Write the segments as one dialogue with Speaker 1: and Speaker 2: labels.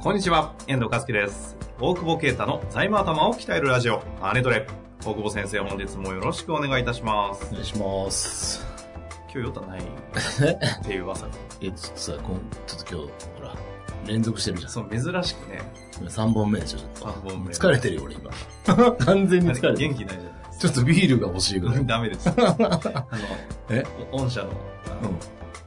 Speaker 1: こんにちは、遠藤和樹です。大久保啓太の財務頭を鍛えるラジオ、マネトレ。大久保先生、本日もよろしくお願いいたします
Speaker 2: お。願いします。
Speaker 1: 今日酔った ないっていう噂が。
Speaker 2: え、ちょっとさ、こんちょっと今日、ほら、連続してるじゃん。
Speaker 1: そう、珍しくね、
Speaker 2: 今3本目でしょ、ちょっと。
Speaker 1: 3本目
Speaker 2: 疲れてるよ、俺今。完全に疲れ
Speaker 1: 元
Speaker 2: て
Speaker 1: 気な
Speaker 2: る。
Speaker 1: いじゃないです
Speaker 2: ちょっとビールが欲しいぐら
Speaker 1: か。
Speaker 2: い。
Speaker 1: ダメ です。あの、
Speaker 2: え
Speaker 1: お御社の、あ
Speaker 2: う
Speaker 1: の
Speaker 2: ん。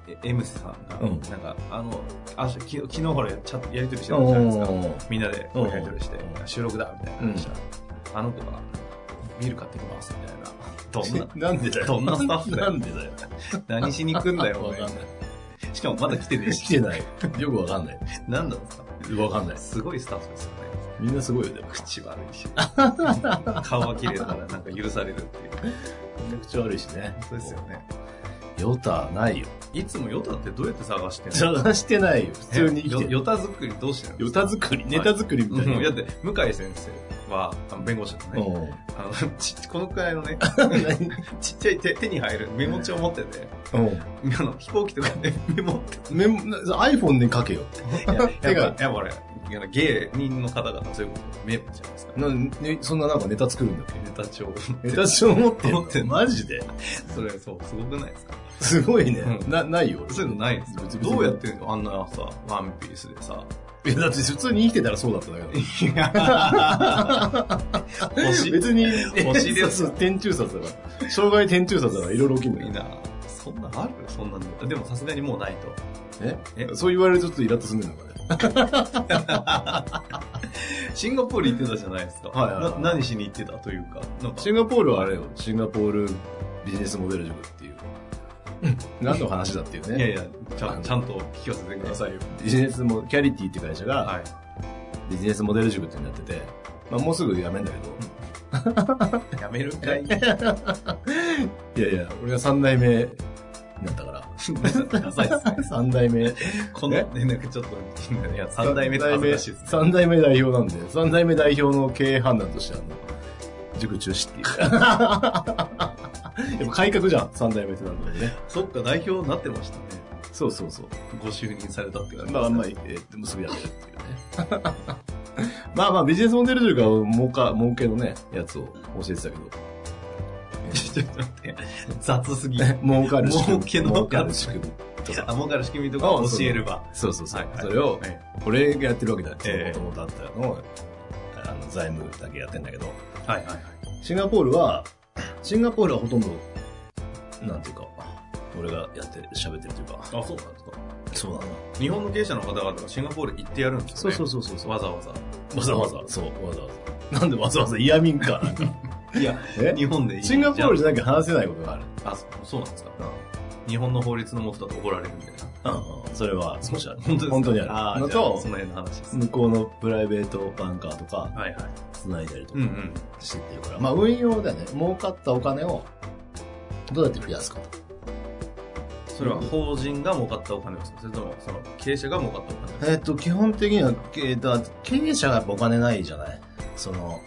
Speaker 1: え M さんが、
Speaker 2: うん
Speaker 1: なんか、あの、あ昨日昨日ほら、チャットやりとりしてたじゃないですか。
Speaker 2: おー
Speaker 1: みんなで
Speaker 2: うん
Speaker 1: やりとりして、収録だ、みたいな話したら、あの子が、ビール買ってきます、みたいな。どんな、
Speaker 2: なんでだよ。
Speaker 1: どんなスタッフだよ
Speaker 2: なんでだよ。
Speaker 1: 何しに行くん だよ、お
Speaker 2: わ
Speaker 1: 前
Speaker 2: かんない。
Speaker 1: しかもまだ来てねえ
Speaker 2: 来
Speaker 1: し。
Speaker 2: てない。よくわかんない。
Speaker 1: 何なんですか
Speaker 2: わかんない。
Speaker 1: すごいスタッフです よね。
Speaker 2: みんなすごいよ、でも。
Speaker 1: 口悪いし。顔は綺麗だからなんか許されるっていう。
Speaker 2: めちゃくちゃ悪いしね。
Speaker 1: そうですよ。ね。
Speaker 2: ヨタないよ。
Speaker 1: いつもヨタってどうやって探してんの
Speaker 2: 探してないよ。普通に生きて
Speaker 1: よ
Speaker 2: る。
Speaker 1: ヨタ作りどうしてるの
Speaker 2: ヨタ作り、ネタ作りみたいな。
Speaker 1: うんだって、向井先生は、あの弁護士のね、
Speaker 2: うん。
Speaker 1: あのちこのくらいのね、 ちっちゃい手手に入るメモ帳持ってて、
Speaker 2: うん。
Speaker 1: あの飛行機とかでメモって。
Speaker 2: メモ、な iPhone で書けよ。
Speaker 1: いや、やっぱ、
Speaker 2: 手が
Speaker 1: やっぱ俺、あの芸人の方々そういうこと名物じゃないですか。
Speaker 2: な、ね、そんななんかネタ作るんだっけ
Speaker 1: ネタ帳。
Speaker 2: ネタ帳持 ってんの
Speaker 1: 持ってんの
Speaker 2: マジで
Speaker 1: それ、そう、すごくないですか
Speaker 2: すごいね。
Speaker 1: うん
Speaker 2: な、ないよ。
Speaker 1: そういうのないんですか
Speaker 2: 別々
Speaker 1: どうやってんのあんなさ、ワンピースで さ。
Speaker 2: いや、だって普通に生きてたらそうだったんだ けど。
Speaker 1: 星
Speaker 2: 別に、
Speaker 1: 星です
Speaker 2: そうそう天中殺だから。障害天中殺だからいろいろ起きんだ
Speaker 1: いい
Speaker 2: よ。
Speaker 1: なそんなんあるそんなんで。でもさすがにもうないと。
Speaker 2: え
Speaker 1: え
Speaker 2: そう言われるとちょっとイラッとするんだよなんかね。
Speaker 1: シンガポール行ってたじゃないですか。
Speaker 2: はいはいはい
Speaker 1: な何しに行ってたというか。なんか
Speaker 2: シンガポールはあれよ。シンガポールビジネスモデル塾っていう。 何の話だっていうね。
Speaker 1: いやいや、ちゃんちゃんと聞き寄せてくださいよ。
Speaker 2: ビジネスも、キャリティって会社が、
Speaker 1: はい。
Speaker 2: ビジネスモデル塾っていうのやってて、まあもうすぐ辞めんだけど、
Speaker 1: やめるかい
Speaker 2: いやいや、俺が三代目になったから。
Speaker 1: ダサいっすね。
Speaker 2: 三代目。
Speaker 1: この、ね、なんかちょっと、いや、三代目って
Speaker 2: 三代
Speaker 1: 恥ず
Speaker 2: 目
Speaker 1: かしいですね。
Speaker 2: 三代目代表なんで、三代目代表の経営判断としてあの、塾中止 っていう。でも改革じゃん、三代目ってなんだよね。
Speaker 1: そっか、代表になってましたね。
Speaker 2: そうそうそう。
Speaker 1: ご就任されたって感じ。
Speaker 2: まあまあ、えー、結びやめるっていうね。 まあまあ、ビジネスモデル塾が儲か、儲けのね、やつを教えてたけど、
Speaker 1: ちょっと待って、雑すぎ。
Speaker 2: 儲かる仕組
Speaker 1: 儲
Speaker 2: み。
Speaker 1: けの
Speaker 2: 儲かる仕組み。
Speaker 1: あ、儲かる仕組みとか
Speaker 2: あ
Speaker 1: 教
Speaker 2: そう
Speaker 1: えれば。
Speaker 2: そうそうそう。
Speaker 1: はいはい
Speaker 2: それを、
Speaker 1: はい
Speaker 2: 俺がやってるわけだ
Speaker 1: ええ
Speaker 2: よ。もともとあったのを、あの財務だけやってんだけど、
Speaker 1: はいはいはい。
Speaker 2: シンガポールは、シンガポールはほとんど、なんていうか、俺がやって喋ってるというか、
Speaker 1: あ、そうなんですか。
Speaker 2: そうなの。
Speaker 1: 日本の経営者の方々がシンガポール行ってやるんです
Speaker 2: そ
Speaker 1: よ
Speaker 2: う
Speaker 1: ね。
Speaker 2: そううそうそう。
Speaker 1: わざわざ。
Speaker 2: わざわざ、そう、わざわざ。なんでわざわざ嫌みんか、なんか。
Speaker 1: いや、
Speaker 2: え
Speaker 1: 日本でいい
Speaker 2: シンガポール
Speaker 1: じ
Speaker 2: じゃなきゃ話せないことがある。
Speaker 1: ゃんあ、そうそうなんですか。日本の法律のもとだと怒られるみたいな。
Speaker 2: うん。うん、それは少しある。
Speaker 1: 本当ですか
Speaker 2: 本当に
Speaker 1: あ
Speaker 2: あ
Speaker 1: ー
Speaker 2: る。の
Speaker 1: じゃあ
Speaker 2: と
Speaker 1: そ、の辺の話です。
Speaker 2: 向こうのプライベートバンカーとか、
Speaker 1: はいはい。
Speaker 2: 繋いだりと
Speaker 1: う
Speaker 2: か
Speaker 1: んうん。
Speaker 2: してってるから、まあ運用だよね。儲かったお金を、どうやって増やすかと。
Speaker 1: それは法人が儲かったお金ですかそれとも、その、経営者が儲かったお金ですか
Speaker 2: えっと、基本的には、えーだ経営者がやっぱお金ないじゃないその、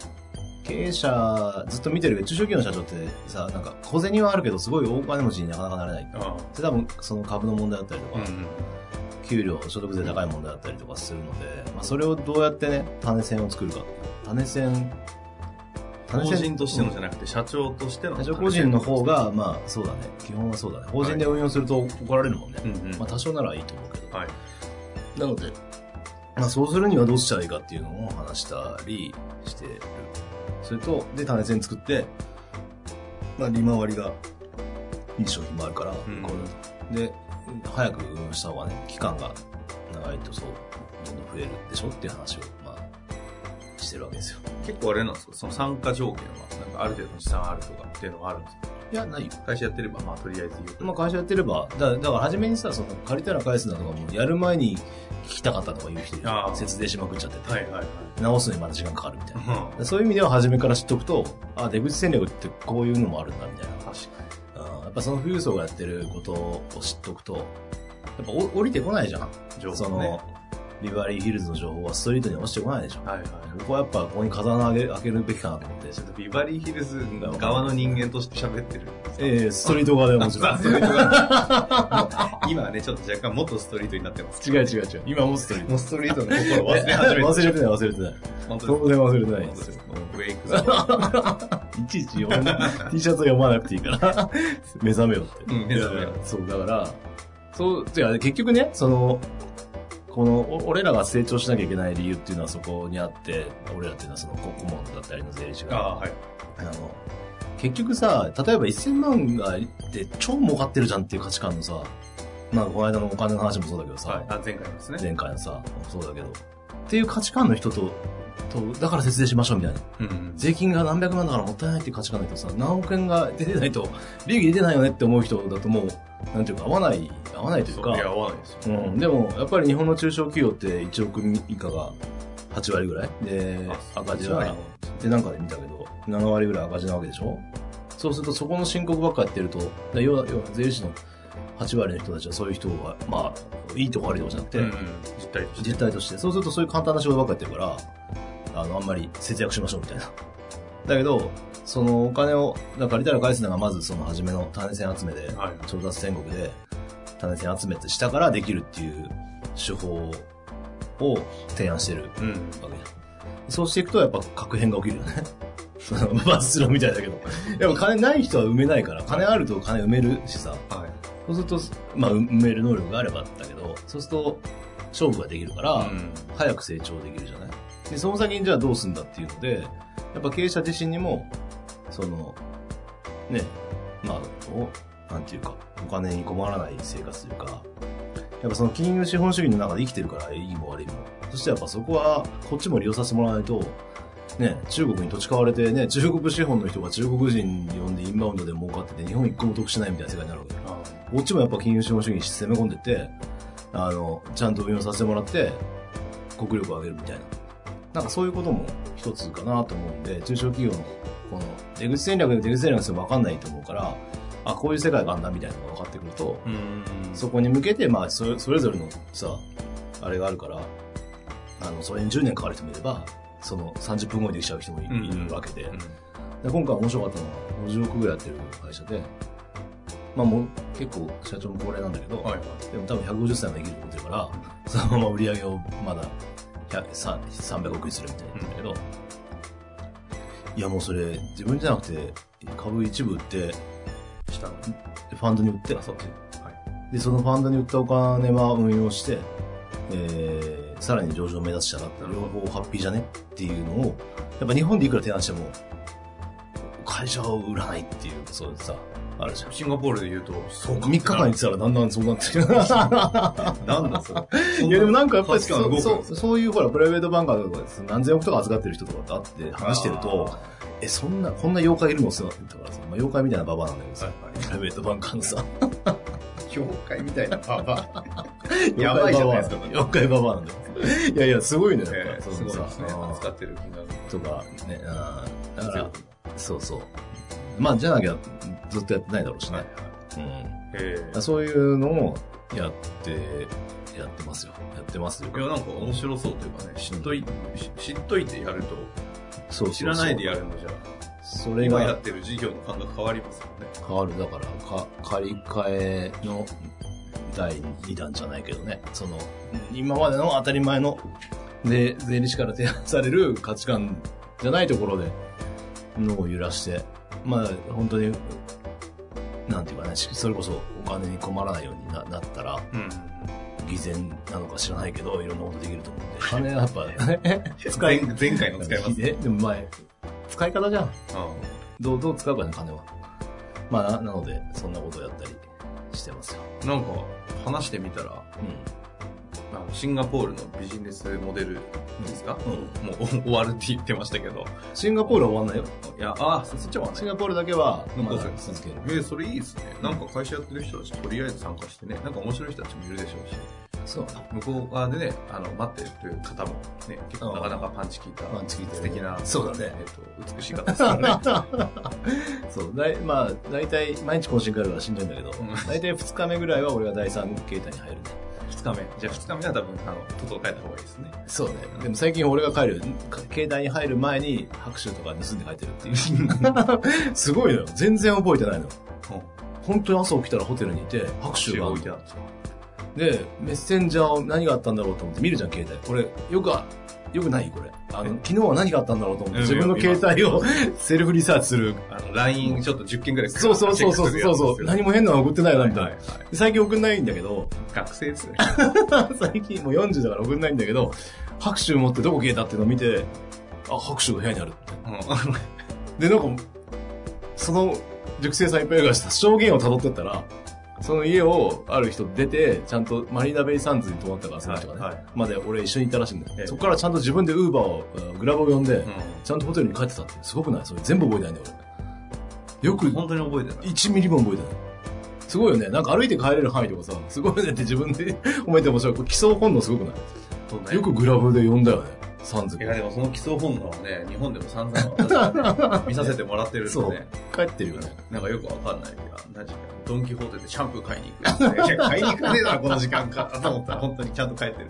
Speaker 2: 経営者、ずっと見てるけど、中小企業の社長ってさ、なんか小銭はあるけど、すごい大金持ちになかなかなれない。
Speaker 1: あ
Speaker 2: それ多分、その株の問題だったりと
Speaker 1: あ。う
Speaker 2: か、
Speaker 1: んうん。
Speaker 2: 給料、所得税高い問題だったりとかするので、まあ、それをどうやってね、種銭を作るかっていう。種銭、
Speaker 1: 法人としての
Speaker 2: うん
Speaker 1: じゃなくて、社長としての。
Speaker 2: 社長個人の方が、まあ、そうだね。基本はそうだね。法人で運用すると怒られるもんね。
Speaker 1: うんうん。
Speaker 2: まあ、多少ならいいと思うけど。
Speaker 1: はい。
Speaker 2: なので、まあ、そうするにはどうしたらいいかっていうのを話したりしてる。それと、で、種銭作って、まあ、利回りがいい商品もあるから、
Speaker 1: ん
Speaker 2: これで、早く運用した方がね、期間が長いとそう、どんどん増えるでしょっていう話を、まあ、してるわけですよ。
Speaker 1: 結構あれなんですかその参加条件は、なんかある程度の資産あるとかっていうのがあるんですか
Speaker 2: いや、ないよ。
Speaker 1: 会社やってれば、まあ、とりあえず言うと
Speaker 2: まあ、会社やってれれば、だだから初めにさ、その借りたら返すなとか、もうやる前に聞きたかったとか言う人いるじゃん
Speaker 1: あー
Speaker 2: 節税しまくっちゃってて、
Speaker 1: はいはい
Speaker 2: 直すのにまた時間かかるみたいな。
Speaker 1: はい。
Speaker 2: そういう意味では初めから知っとくと、あ、出口戦略ってこういうのもあるんだみたいな。
Speaker 1: 確か
Speaker 2: うんやっぱその富裕層がやってることを知っとくと、やっぱお降りてこないじゃん。
Speaker 1: に。情
Speaker 2: そ
Speaker 1: 報
Speaker 2: の、
Speaker 1: ね。
Speaker 2: ビバリーヒルズの情報はストリートに落ちてこないでしょ。
Speaker 1: はいはい。
Speaker 2: ここはやっぱここに風穴開け開けるべきかなと思って。
Speaker 1: ちょっとビバリーヒルズ側の人間として喋ってる。
Speaker 2: ええストリート側ではもち ろ
Speaker 1: さあ、
Speaker 2: ん。
Speaker 1: ストリートが。今はね、ちょっと若干元ストリートになってます。
Speaker 2: 違う違う違う。今もストリー
Speaker 1: もうストリートの心 を忘れ始めて
Speaker 2: 忘れてない忘れてない。
Speaker 1: 本当
Speaker 2: 当然忘れてない
Speaker 1: で。
Speaker 2: ですす
Speaker 1: 本
Speaker 2: よ。
Speaker 1: 当です。上行くぞ。
Speaker 2: いちいち読めない。T シャツ読まなくていいから、目覚めよって。
Speaker 1: うん目覚めよう
Speaker 2: そう、だから、そう、じゃあ結局ね、その、この、お俺らが成長しなきゃいけない理由っていうのはそこにあって、俺らっていうのはその、こ顧問だったりの税理士
Speaker 1: あ
Speaker 2: が、
Speaker 1: あ、はい。
Speaker 2: あの、結局さ、例えば1000万がって超儲かってるじゃんっていう価値観のさ、なんかこの間のお金の話もそうだけどさ、
Speaker 1: はい。あ、前回のですね。
Speaker 2: 前回のさ、そうだけど、っていう価値観の人と、と、だから節税しましょうみたいな。
Speaker 1: うん。
Speaker 2: 税金が何百万だからもったいないっていう価値観の人さ、何億円が出てないと、利益出てないよねって思う人だともう、なんていうか合わない、合わないという
Speaker 1: そういや、
Speaker 2: か、
Speaker 1: 合わないですよ。
Speaker 2: うん、でもやっぱり日本の中小企業って1億以下が8割ぐらいで、
Speaker 1: あ
Speaker 2: 赤字
Speaker 1: そう
Speaker 2: は
Speaker 1: ね、
Speaker 2: でなんかで見たけど、7割ぐらい赤字なわけでしょそうするとそこの申告ばっかやってると、で要は、要は税理士の8割の人たちはそういう人は、まあ、いいとこ悪いとこじゃなくて、
Speaker 1: うん。実態として。
Speaker 2: 実態として。そうするとそういう簡単な仕事ばっかやってるから、あの、あんまり節約しましょうみたいな。だけど、そのお金を、だから借りたら返すのがまずその初めの種銭集めで、
Speaker 1: はい。
Speaker 2: 調達天国で種銭集めて下からできるっていう手法を提案してるわけ
Speaker 1: うん。
Speaker 2: じゃん。そうしていくとやっぱ確変が起きるよね。 そのバスローみたいだけど。やっぱ金ない人は埋めないから、金あると金埋めるしさ、
Speaker 1: はい。
Speaker 2: そうすると、まあ埋める能力があればだけど、そうすると勝負ができるから、
Speaker 1: うん
Speaker 2: 早く成長できるじゃないでその先にじゃあどうすんだっていうのでやっぱ経営者自身にもそのねまあおなんていうかお金に困らない生活というかやっぱその金融資本主義の中で生きてるからいいも悪いもそしてやっぱそこはこっちも利用させてもらわないとね、中国に土地買われてね、中国資本の人が中国人呼んでインバウンドで儲かってて、日本一個も得しないみたいな世界になるわけよ
Speaker 1: あ
Speaker 2: こっちもやっぱ金融資本主義に攻め込んでって、あの、ちゃんと運用させてもらって、国力を上げるみたいな。なんかそういうことも一つかなと思うんで、中小企業のこの出口戦略でも出口戦略する分かんないと思うから、あ、こういう世界があんだみたいなのが分かってくると、
Speaker 1: うん。
Speaker 2: そこに向けて、まあそれ、それぞれのさ、あれがあるから、あの、それに10年かかる人もいれば、その30分後にできちゃう人もい
Speaker 1: うん
Speaker 2: いるわけで、
Speaker 1: うん
Speaker 2: で今回面白かったのは50億ぐらいやってる会社で、まあもう結構社長も高齢なんだけど、
Speaker 1: はいはい。
Speaker 2: でも多分150歳まで生きると思ってるから、そのまま売り上げをまだ100 300億にするみたいな言ってるんだけど、いやもうそれ自分じゃなくて株一部売って、
Speaker 1: 下の。
Speaker 2: ファンドに売って
Speaker 1: あ、、そっち。はい。
Speaker 2: で、そのファンドに売ったお金は運用して、えー、さらに上場を目指したら、両方ハッピーじゃねっていうのを、やっぱ日本でいくら提案しても、会社を売らないっていう、そういうさ、あるじゃん。
Speaker 1: シンガポールで言うと、そう
Speaker 2: 3日間言ってたらだんだんそうなってる。
Speaker 1: なんだ それ。
Speaker 2: いやでもなんかやっぱり
Speaker 1: 価値観
Speaker 2: そ
Speaker 1: が動
Speaker 2: う
Speaker 1: く
Speaker 2: そうそういうほら、プライベートバンカーとか何千億とか預かってる人とかってあって話してると、え、そんな、こんな妖怪いるのそうなってからさ、まあ、妖怪みたいなババアなんだけど
Speaker 1: あー
Speaker 2: さ
Speaker 1: は、いはい
Speaker 2: プライベートバンカーのさ、
Speaker 1: 妖怪み たいなパパ。やばいじゃないですか。
Speaker 2: 妖怪ババアなんだよ。いやいや、すごいね。やっ
Speaker 1: え
Speaker 2: ぱ
Speaker 1: えすごいですね。
Speaker 2: あー
Speaker 1: 扱ってる金額。
Speaker 2: とか、ね、あーだから、そうそう。まあ、じゃなきゃずっとやってないだろうし
Speaker 1: は
Speaker 2: ね。
Speaker 1: い
Speaker 2: うん
Speaker 1: ええ
Speaker 2: だからそういうのをやって、やってますよ。やってますよ。
Speaker 1: いや、なんか面白そうというかね、知っとい、し知っといてやると、
Speaker 2: そうそうそう
Speaker 1: 知らないでやるのじゃ、
Speaker 2: それ
Speaker 1: 今や
Speaker 2: が
Speaker 1: ってる事業の感覚変わりますよね。
Speaker 2: 変わる。だから、か、借り換えの第2弾じゃないけどね。その、今までの当たり前の、で、税理士から提案される価値観じゃないところで、脳を揺らして、まあ、本当に、なんていうかね、しそれこそお金に困らないようにななったら、
Speaker 1: うん。
Speaker 2: 偽善なのか知らないけど、いろんなことできると思うんで。 金はやっぱね、 使い
Speaker 1: 前前回の使います。
Speaker 2: えでも前、使い方じゃ ん。
Speaker 1: う
Speaker 2: どう、どう使うかね、金は。まあ、ななので、そんなことをやったりしてますよ。
Speaker 1: ん。なんか、話してみたら、
Speaker 2: うん。
Speaker 1: あのシンガポールのビジネスモデルですか、
Speaker 2: うん。
Speaker 1: もうお終わるって言ってましたけど。
Speaker 2: シンガポールは終わんないよ。
Speaker 1: いや、ああ、そそっちは終わんない
Speaker 2: シンガポールだけは、ま
Speaker 1: そう
Speaker 2: だ
Speaker 1: そう
Speaker 2: 続ける。
Speaker 1: えーそれいいですね。なんか会社やってる人たち、とりあえず参加してね、なんか面白い人たちもいるでしょうし、
Speaker 2: そう。
Speaker 1: 向こう側でね、あの、待ってるという方もね、結構なかなかパンチ効いた、
Speaker 2: パンチ効いてる
Speaker 1: 素敵な、
Speaker 2: そうだね
Speaker 1: えっと、美しい方ですからね。
Speaker 2: そう、だい、まあ、大体、毎日更新があるからしんどいんだけど
Speaker 1: うん、
Speaker 2: 大体2日目ぐらいは俺が第3形態に入るね。
Speaker 1: 二日目。じゃあ二日目は多分、あの、整えた方がいいですね。
Speaker 2: そうね。でも最近俺が帰る、か携帯に入る前に拍手とか盗んで帰ってるっていう。 すごいのよ。全然覚えてないの。本当に朝起きたらホテルにいて、拍手
Speaker 1: 手
Speaker 2: が
Speaker 1: が
Speaker 2: あ
Speaker 1: 置
Speaker 2: る
Speaker 1: いてあるんですか
Speaker 2: で、メッセンジャーを何があったんだろうと思って見るじゃん、携帯。これ、よくあ、よくないこれ。あの、昨日は何があったんだろうと思って、
Speaker 1: うん
Speaker 2: 自分の携帯を セルフリサーチする。
Speaker 1: あの、LINE ちょっと10件ぐらい
Speaker 2: そうそうそうそうそうそう。何も変なの送ってないな、
Speaker 1: な
Speaker 2: み
Speaker 1: ん
Speaker 2: たい
Speaker 1: だ。は
Speaker 2: ない
Speaker 1: はい。
Speaker 2: 最近送んないんだけど、
Speaker 1: 学生ですね。
Speaker 2: 最近もう40だから送んないんだけど、拍手持ってどこ消えたっていうのを見て、あ、拍手が部屋にある。
Speaker 1: うん
Speaker 2: で、なんか、その熟成さんいっぱいいるからさ証言を辿ってったら、その家をある人出て、ちゃんとマリーナベイサンズに泊まったから、その人がね、
Speaker 1: はいはい
Speaker 2: まで俺一緒に行ったらしいんだよ。
Speaker 1: ええ
Speaker 2: そこからちゃんと自分でウーバーを、グラブを呼んで、
Speaker 1: う
Speaker 2: ちゃんとホテルに帰ってたって、すごくないそれ全部覚えてないんだよ、俺。よく
Speaker 1: ん本当に覚えてない。
Speaker 2: 1ミリも覚えてない。すごいよね。なんか歩いて帰れる範囲とかさ、すごいねって自分で 思えて面白い。これ基礎本能すごくない
Speaker 1: そうね
Speaker 2: よくグラブで呼んだよね。サンズ
Speaker 1: い。や、でもその基礎本能はね、日本でも散々私はね見させてもらってるんで
Speaker 2: そう
Speaker 1: ね、。
Speaker 2: 帰ってるよね。
Speaker 1: なんかよくわかんない。いや何時間ドン・キホーテでシャンプー買いに行く んですね。いや買いに行かねえだろ、この時間か。と思ったら本当にちゃんと帰ってる。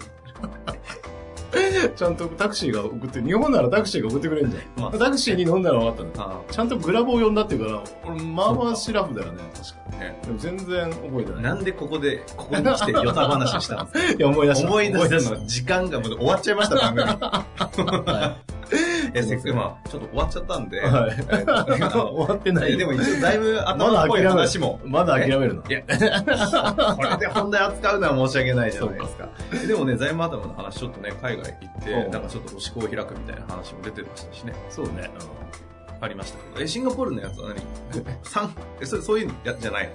Speaker 2: ちゃんとタクシーが送って、日本ならタクシーが送ってくれるんじゃん。
Speaker 1: まあ
Speaker 2: タクシーに乗んなら分かったんだ。
Speaker 1: あ
Speaker 2: ちゃんとグラボを呼んだっていうから、俺、まあまあシラフだよね、確か
Speaker 1: あ、ね。
Speaker 2: に。でも全然覚えてない。
Speaker 1: なんでここで、ここに来てヨタ話したんです
Speaker 2: いや、 思い出した。
Speaker 1: 思い出す
Speaker 2: た
Speaker 1: の時間がもう終わっちゃいました、番組。
Speaker 2: は
Speaker 1: え、せっかく今、ちょっと終わっちゃったんで。
Speaker 2: い。はい
Speaker 1: えっと
Speaker 2: 終わってない。
Speaker 1: でも一応だいぶ
Speaker 2: まだ
Speaker 1: 頭っぽ
Speaker 2: 諦
Speaker 1: い
Speaker 2: める
Speaker 1: 話も。。
Speaker 2: まだ諦めるの。
Speaker 1: いや、 これで本題扱うのは申し訳ないじゃないですか。でもね、財務頭の話、ちょっとね、海外行って、
Speaker 2: うん
Speaker 1: なんかちょっと思考を開くみたいな話も出てましたしね、
Speaker 2: そうね。
Speaker 1: ありましたけど。え、シンガポールのやつは何 三え、それ、そういうやつじゃない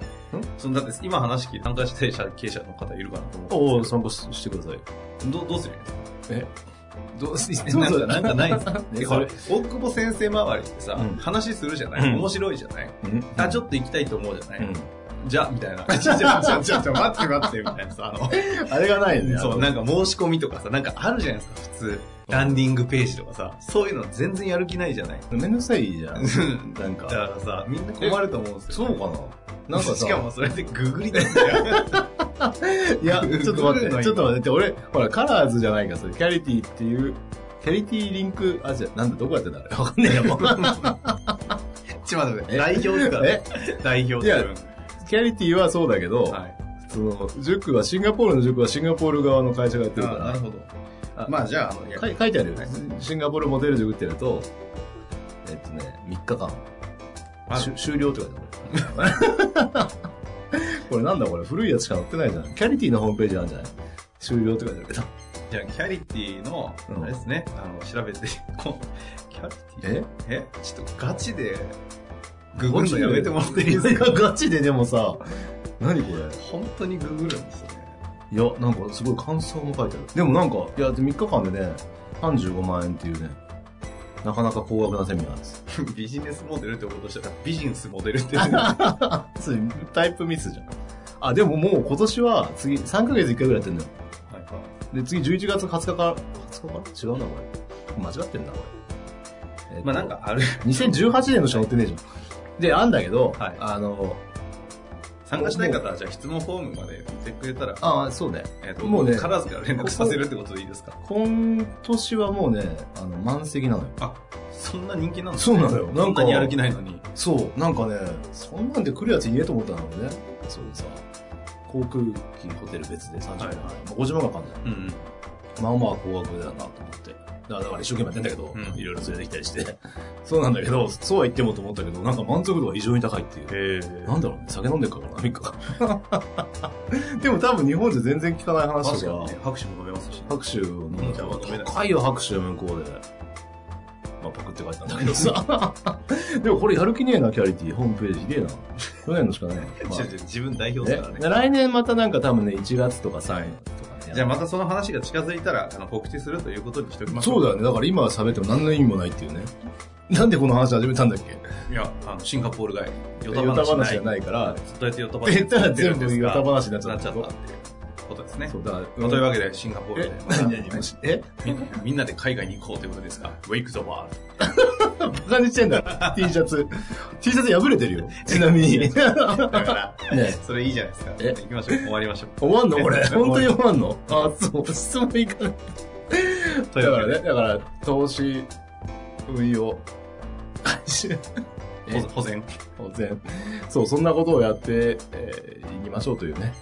Speaker 1: その、だって今話聞いて参加してる経営者の方いるかなと
Speaker 2: お
Speaker 1: 思うん
Speaker 2: お
Speaker 1: です
Speaker 2: 参考ししてください。
Speaker 1: けど、どうどうするんですか
Speaker 2: えどうす
Speaker 1: え
Speaker 2: どう
Speaker 1: なん
Speaker 2: ぞ
Speaker 1: かなんかないんですか
Speaker 2: ね
Speaker 1: で
Speaker 2: そ
Speaker 1: ほ
Speaker 2: れ
Speaker 1: ら大久保先生周りってさ、
Speaker 2: うん
Speaker 1: 話するじゃな
Speaker 2: う
Speaker 1: い
Speaker 2: ん
Speaker 1: 面白いじゃない、
Speaker 2: うん
Speaker 1: あ、ちょっと行きたいと思うじゃない、
Speaker 2: うん
Speaker 1: じゃ、みたいな。 ちょ、ちょ、ちょ、ちょ、ちょ待って待って、みたいなさ、あの、
Speaker 2: あれがないよね。
Speaker 1: そう、
Speaker 2: ね。
Speaker 1: なんか申し込みとかさ、なんかあるじゃないですか、普通。ランディングページとかさ、そういうの全然やる気ないじゃない。
Speaker 2: めんどくさいじゃん。なん
Speaker 1: だ
Speaker 2: か。
Speaker 1: からさ、みんな困ると思うんですよ。
Speaker 2: ななんかさ
Speaker 1: し、かもそれでググりだ よ。
Speaker 2: いや、ちょっ
Speaker 1: グーグ
Speaker 2: と待
Speaker 1: ルの
Speaker 2: って、
Speaker 1: いい
Speaker 2: ちょっと待って、俺、ほら、カラーズじゃないから、それ、キャリティっていう、キャリティリンク、あ、じゃあ、なんだ、どこやってんだろうわかんねえよ、もう
Speaker 1: ちょっと待って代表ですからね。代表
Speaker 2: いや
Speaker 1: 自分。
Speaker 2: キャリティはそうだけど、
Speaker 1: はい。
Speaker 2: その、塾は、シンガポールの塾はシンガポール側の会社がやってるか
Speaker 1: あなる
Speaker 2: ら
Speaker 1: ほど。
Speaker 2: あ
Speaker 1: まあじゃあ、あの、いや
Speaker 2: か書いてあるよ
Speaker 1: は
Speaker 2: ね
Speaker 1: い。
Speaker 2: シンガポールモデル塾ってやると、えっとね、3日間。
Speaker 1: あ
Speaker 2: しゅ終了って書いてある。 これなんだこれ古いやつしか載ってないじゃん。キャリティのホームページなんじゃない終了って書いてあるけど。
Speaker 1: じゃあ、キャリティの、
Speaker 2: うん
Speaker 1: あれですね、あの、調べて、こう、キャリティ
Speaker 2: え
Speaker 1: えちょっとガチで、ググるのやめてもらっていいですか
Speaker 2: いやガチででもさ、何これ
Speaker 1: 本当にググるんですね。
Speaker 2: いや、なんかすごい感想も書いてある。でもなんか、いや、3日間でね、35万円っていうね、なかなか高額なセミナーです。
Speaker 1: ビジネスモデルってことしたら、ビジネスモデルって。
Speaker 2: ついタイプミスじゃん。あ、でももう今年は次、3ヶ月1回ぐらいやってんだよ。で、次11月20日から、20日から違うな、これ。間違ってんな、これ。えっと
Speaker 1: まあなんかある、
Speaker 2: 2018年のしか載ってねえじゃん。で、あんだけど、
Speaker 1: はい
Speaker 2: あの、
Speaker 1: 参加したい方はじゃあ質問フォームまで言ってくれたら、
Speaker 2: ああ、そうね。
Speaker 1: えっと、
Speaker 2: も
Speaker 1: も
Speaker 2: う
Speaker 1: う
Speaker 2: ね
Speaker 1: ね、カラーズから連絡させるってことでいいですか
Speaker 2: 今年はもうね、あの、満席なのよ。
Speaker 1: そんな人気なの
Speaker 2: そうなのよなんか
Speaker 1: そんなにやる気ないのに。
Speaker 2: そう、なんかね、そんなんで来るやつ言えと思ったんだろうね。そうさ、航空機、ホテル別で30万
Speaker 1: はいはい
Speaker 2: まあ、50万がかかんない。
Speaker 1: うん。
Speaker 2: まあまあ高額だなと思って。だから、だから一生懸命やってんだけど、
Speaker 1: うん
Speaker 2: いろいろ連れてきたりして。そうなんだけど、そうは言ってもと思ったけど、なんか満足度が異常に高いっていう。
Speaker 1: へえ。
Speaker 2: なんだろうね、酒飲んでるからかな、3日間。 でも多分日本じゃ全然聞かない話
Speaker 1: 確かに
Speaker 2: とか
Speaker 1: ね、、拍手も飲めますし。
Speaker 2: 拍手を飲んじゃ
Speaker 1: うん
Speaker 2: う。高いよ、拍手は向こうで。まあ、パクって書いたんだ けどさ。 でもこれやる気ねえな、キャリティ。ホームページひでえな。去年のしかねえ。まあ
Speaker 1: 違う違う自分代表ですから
Speaker 2: ね
Speaker 1: ね。
Speaker 2: 来年またなんか多分ね、1月とか3月とかね、ですよ
Speaker 1: じゃあまたその話が近づいたら、あの、告知するということにしておきましょ
Speaker 2: そう
Speaker 1: う。
Speaker 2: だよね。だから今喋っても何の意味もないっていうね。なんでこの話始めたんだっけ
Speaker 1: いや、あの、シンガポール街、ヨ
Speaker 2: ヨタ
Speaker 1: タ
Speaker 2: 話
Speaker 1: 話
Speaker 2: じ
Speaker 1: じ
Speaker 2: ゃ
Speaker 1: ゃ
Speaker 2: な
Speaker 1: ないい
Speaker 2: か
Speaker 1: からら、ずっとやってヨタ
Speaker 2: 言
Speaker 1: 話
Speaker 2: ったら 全
Speaker 1: ん
Speaker 2: 部
Speaker 1: です
Speaker 2: ヨ
Speaker 1: が
Speaker 2: タ話になっちゃ
Speaker 1: な
Speaker 2: っ
Speaker 1: っち
Speaker 2: た
Speaker 1: ゃったっていうことですね
Speaker 2: そ。うだから、
Speaker 1: まあというわけで、シンガポールで
Speaker 2: え、何々もしえ
Speaker 1: みんなみんなで海外に行こうということですか。Wake the world。
Speaker 2: バカにしてんだ。T シャツ。T シャツ破れてるよ。ちなみに。ね
Speaker 1: だから、
Speaker 2: え
Speaker 1: それいいじゃないですか。
Speaker 2: え
Speaker 1: 行きま しょう。終わりましょう。
Speaker 2: 終わんのこれ。
Speaker 1: え
Speaker 2: 本当に終わんのあ、そう。質問いかない。
Speaker 1: とい
Speaker 2: だ
Speaker 1: う
Speaker 2: か
Speaker 1: わ
Speaker 2: ら
Speaker 1: け
Speaker 2: ね、
Speaker 1: で、
Speaker 2: だから、投資、運用、回収、ね
Speaker 1: 保保全。
Speaker 2: 当然。そう、そんなことをやって、えーいきましょうというね。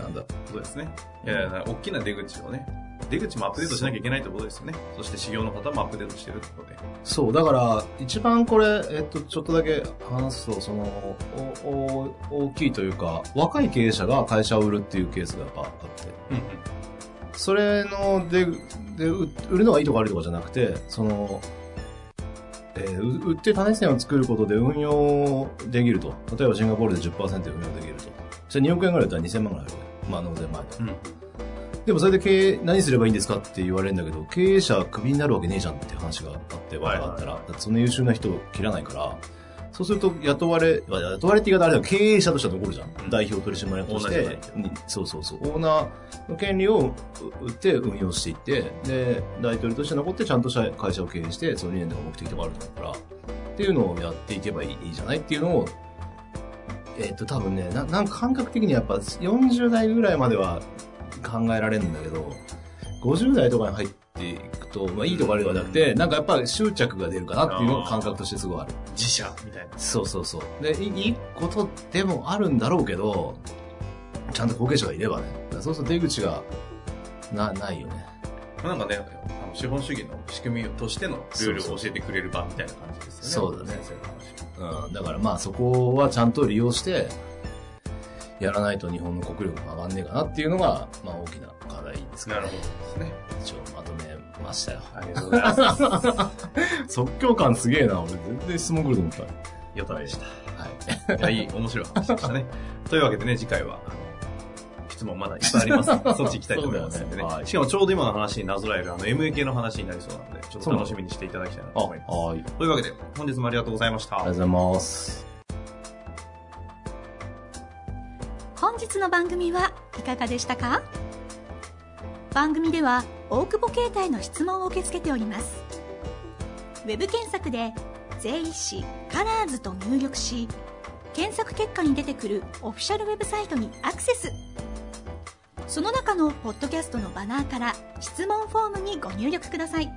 Speaker 2: なんだ。
Speaker 1: そうですね。いやいや、大きな出口をね、出口もアップデートしなきゃいけないってことですよね。そして、修行の方もアップデートしてるってことで。
Speaker 2: そう、だから、一番これ、えっと、ちょっとだけ話すと、その、おお大きいというか、若い経営者が会社を売るっていうケースがやっぱあって、
Speaker 1: うんうん。
Speaker 2: それの、で、で、う売るのがいいとか悪いとかじゃなくて、その、えーう売って種銭を作ることで運用できると。例えばシンガポールで10%運用できると。それ2億円ぐらいだったら2000万ぐらいあるよね。まあ、納税前で。
Speaker 1: うん。
Speaker 2: でもそれで経営、何すればいいんですかって言われるんだけど、経営者クビになるわけねえじゃんって話があって、
Speaker 1: はいはい
Speaker 2: わあったら。だってその優秀な人を切らないから、そうすると雇われ、まあ雇われって言い方あれだけど、経営者としては残るじゃん。
Speaker 1: うん
Speaker 2: 代表取締役とし
Speaker 1: オーナー
Speaker 2: て
Speaker 1: じゃ、
Speaker 2: にそうそうそう、オーナーの権利を売って運用していって、で、大統領として残ってちゃんとした会社を経営して、その理念とか目的とかあると思うから、っていうのをやっていけばいいいいじゃないっていうのを、えっ、と、多分ね、ななんか感覚的にやっぱ40代ぐらいまでは考えられるんだけど、50代とかに入っていくと、まあ、いいとか悪いとかじゃなくて、なんかやっぱ執着が出るかなっていうのが感覚としてすごいある。
Speaker 1: 自社みたいな。
Speaker 2: そうそうそう。で、いいいことでもあるんだろうけど、ちゃんと後継者がいればね。だからそうすると出口が、な、ないよね。
Speaker 1: なんかね、あの資本主義の仕組みとしてのルールを教えてくれる場みたいな感じですよね。
Speaker 2: そうだね
Speaker 1: 先生の話
Speaker 2: うん。だからまあそこはちゃんと利用して、やらないと日本の国力も上がんねえかなっていうのが、まあ大きな課題ですか
Speaker 1: な
Speaker 2: ら、
Speaker 1: るほどですね。
Speaker 2: 一応まとめましたよ。
Speaker 1: ありがとうございます。
Speaker 2: 即興感すげえな、俺全然質問来ると思った。
Speaker 1: よたでした。
Speaker 2: はい。
Speaker 1: いや、いい、面白い話でした ね。というわけでね、次回は、あの質問まだいっぱいあり ますので、そっち行きたいと思いますんで
Speaker 2: そうだ
Speaker 1: ね。
Speaker 2: よねはい
Speaker 1: しかもちょうど今の話になぞらえる、あの、MA 系の話になりそうなので、ちょっと楽しみにしていただきたいなと
Speaker 2: あ、
Speaker 1: 思います。
Speaker 2: はい。ありが
Speaker 1: というわけで、本日もありがとうございました
Speaker 2: とうご。ざいます。
Speaker 3: 本日の番組はいかがでしたか番組では大久保携帯の質問を受け付けておりますウェブ検索で「税理士カラーズと入力し検索結果に出てくるオフィシャルウェブサイトにアクセスその中のポッドキャストのバナーから質問フォームにご入力ください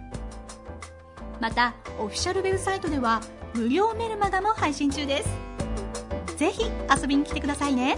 Speaker 3: またオフィシャルウェブサイトでは無料メルマガも配信中ですぜひ遊びに来てくださいね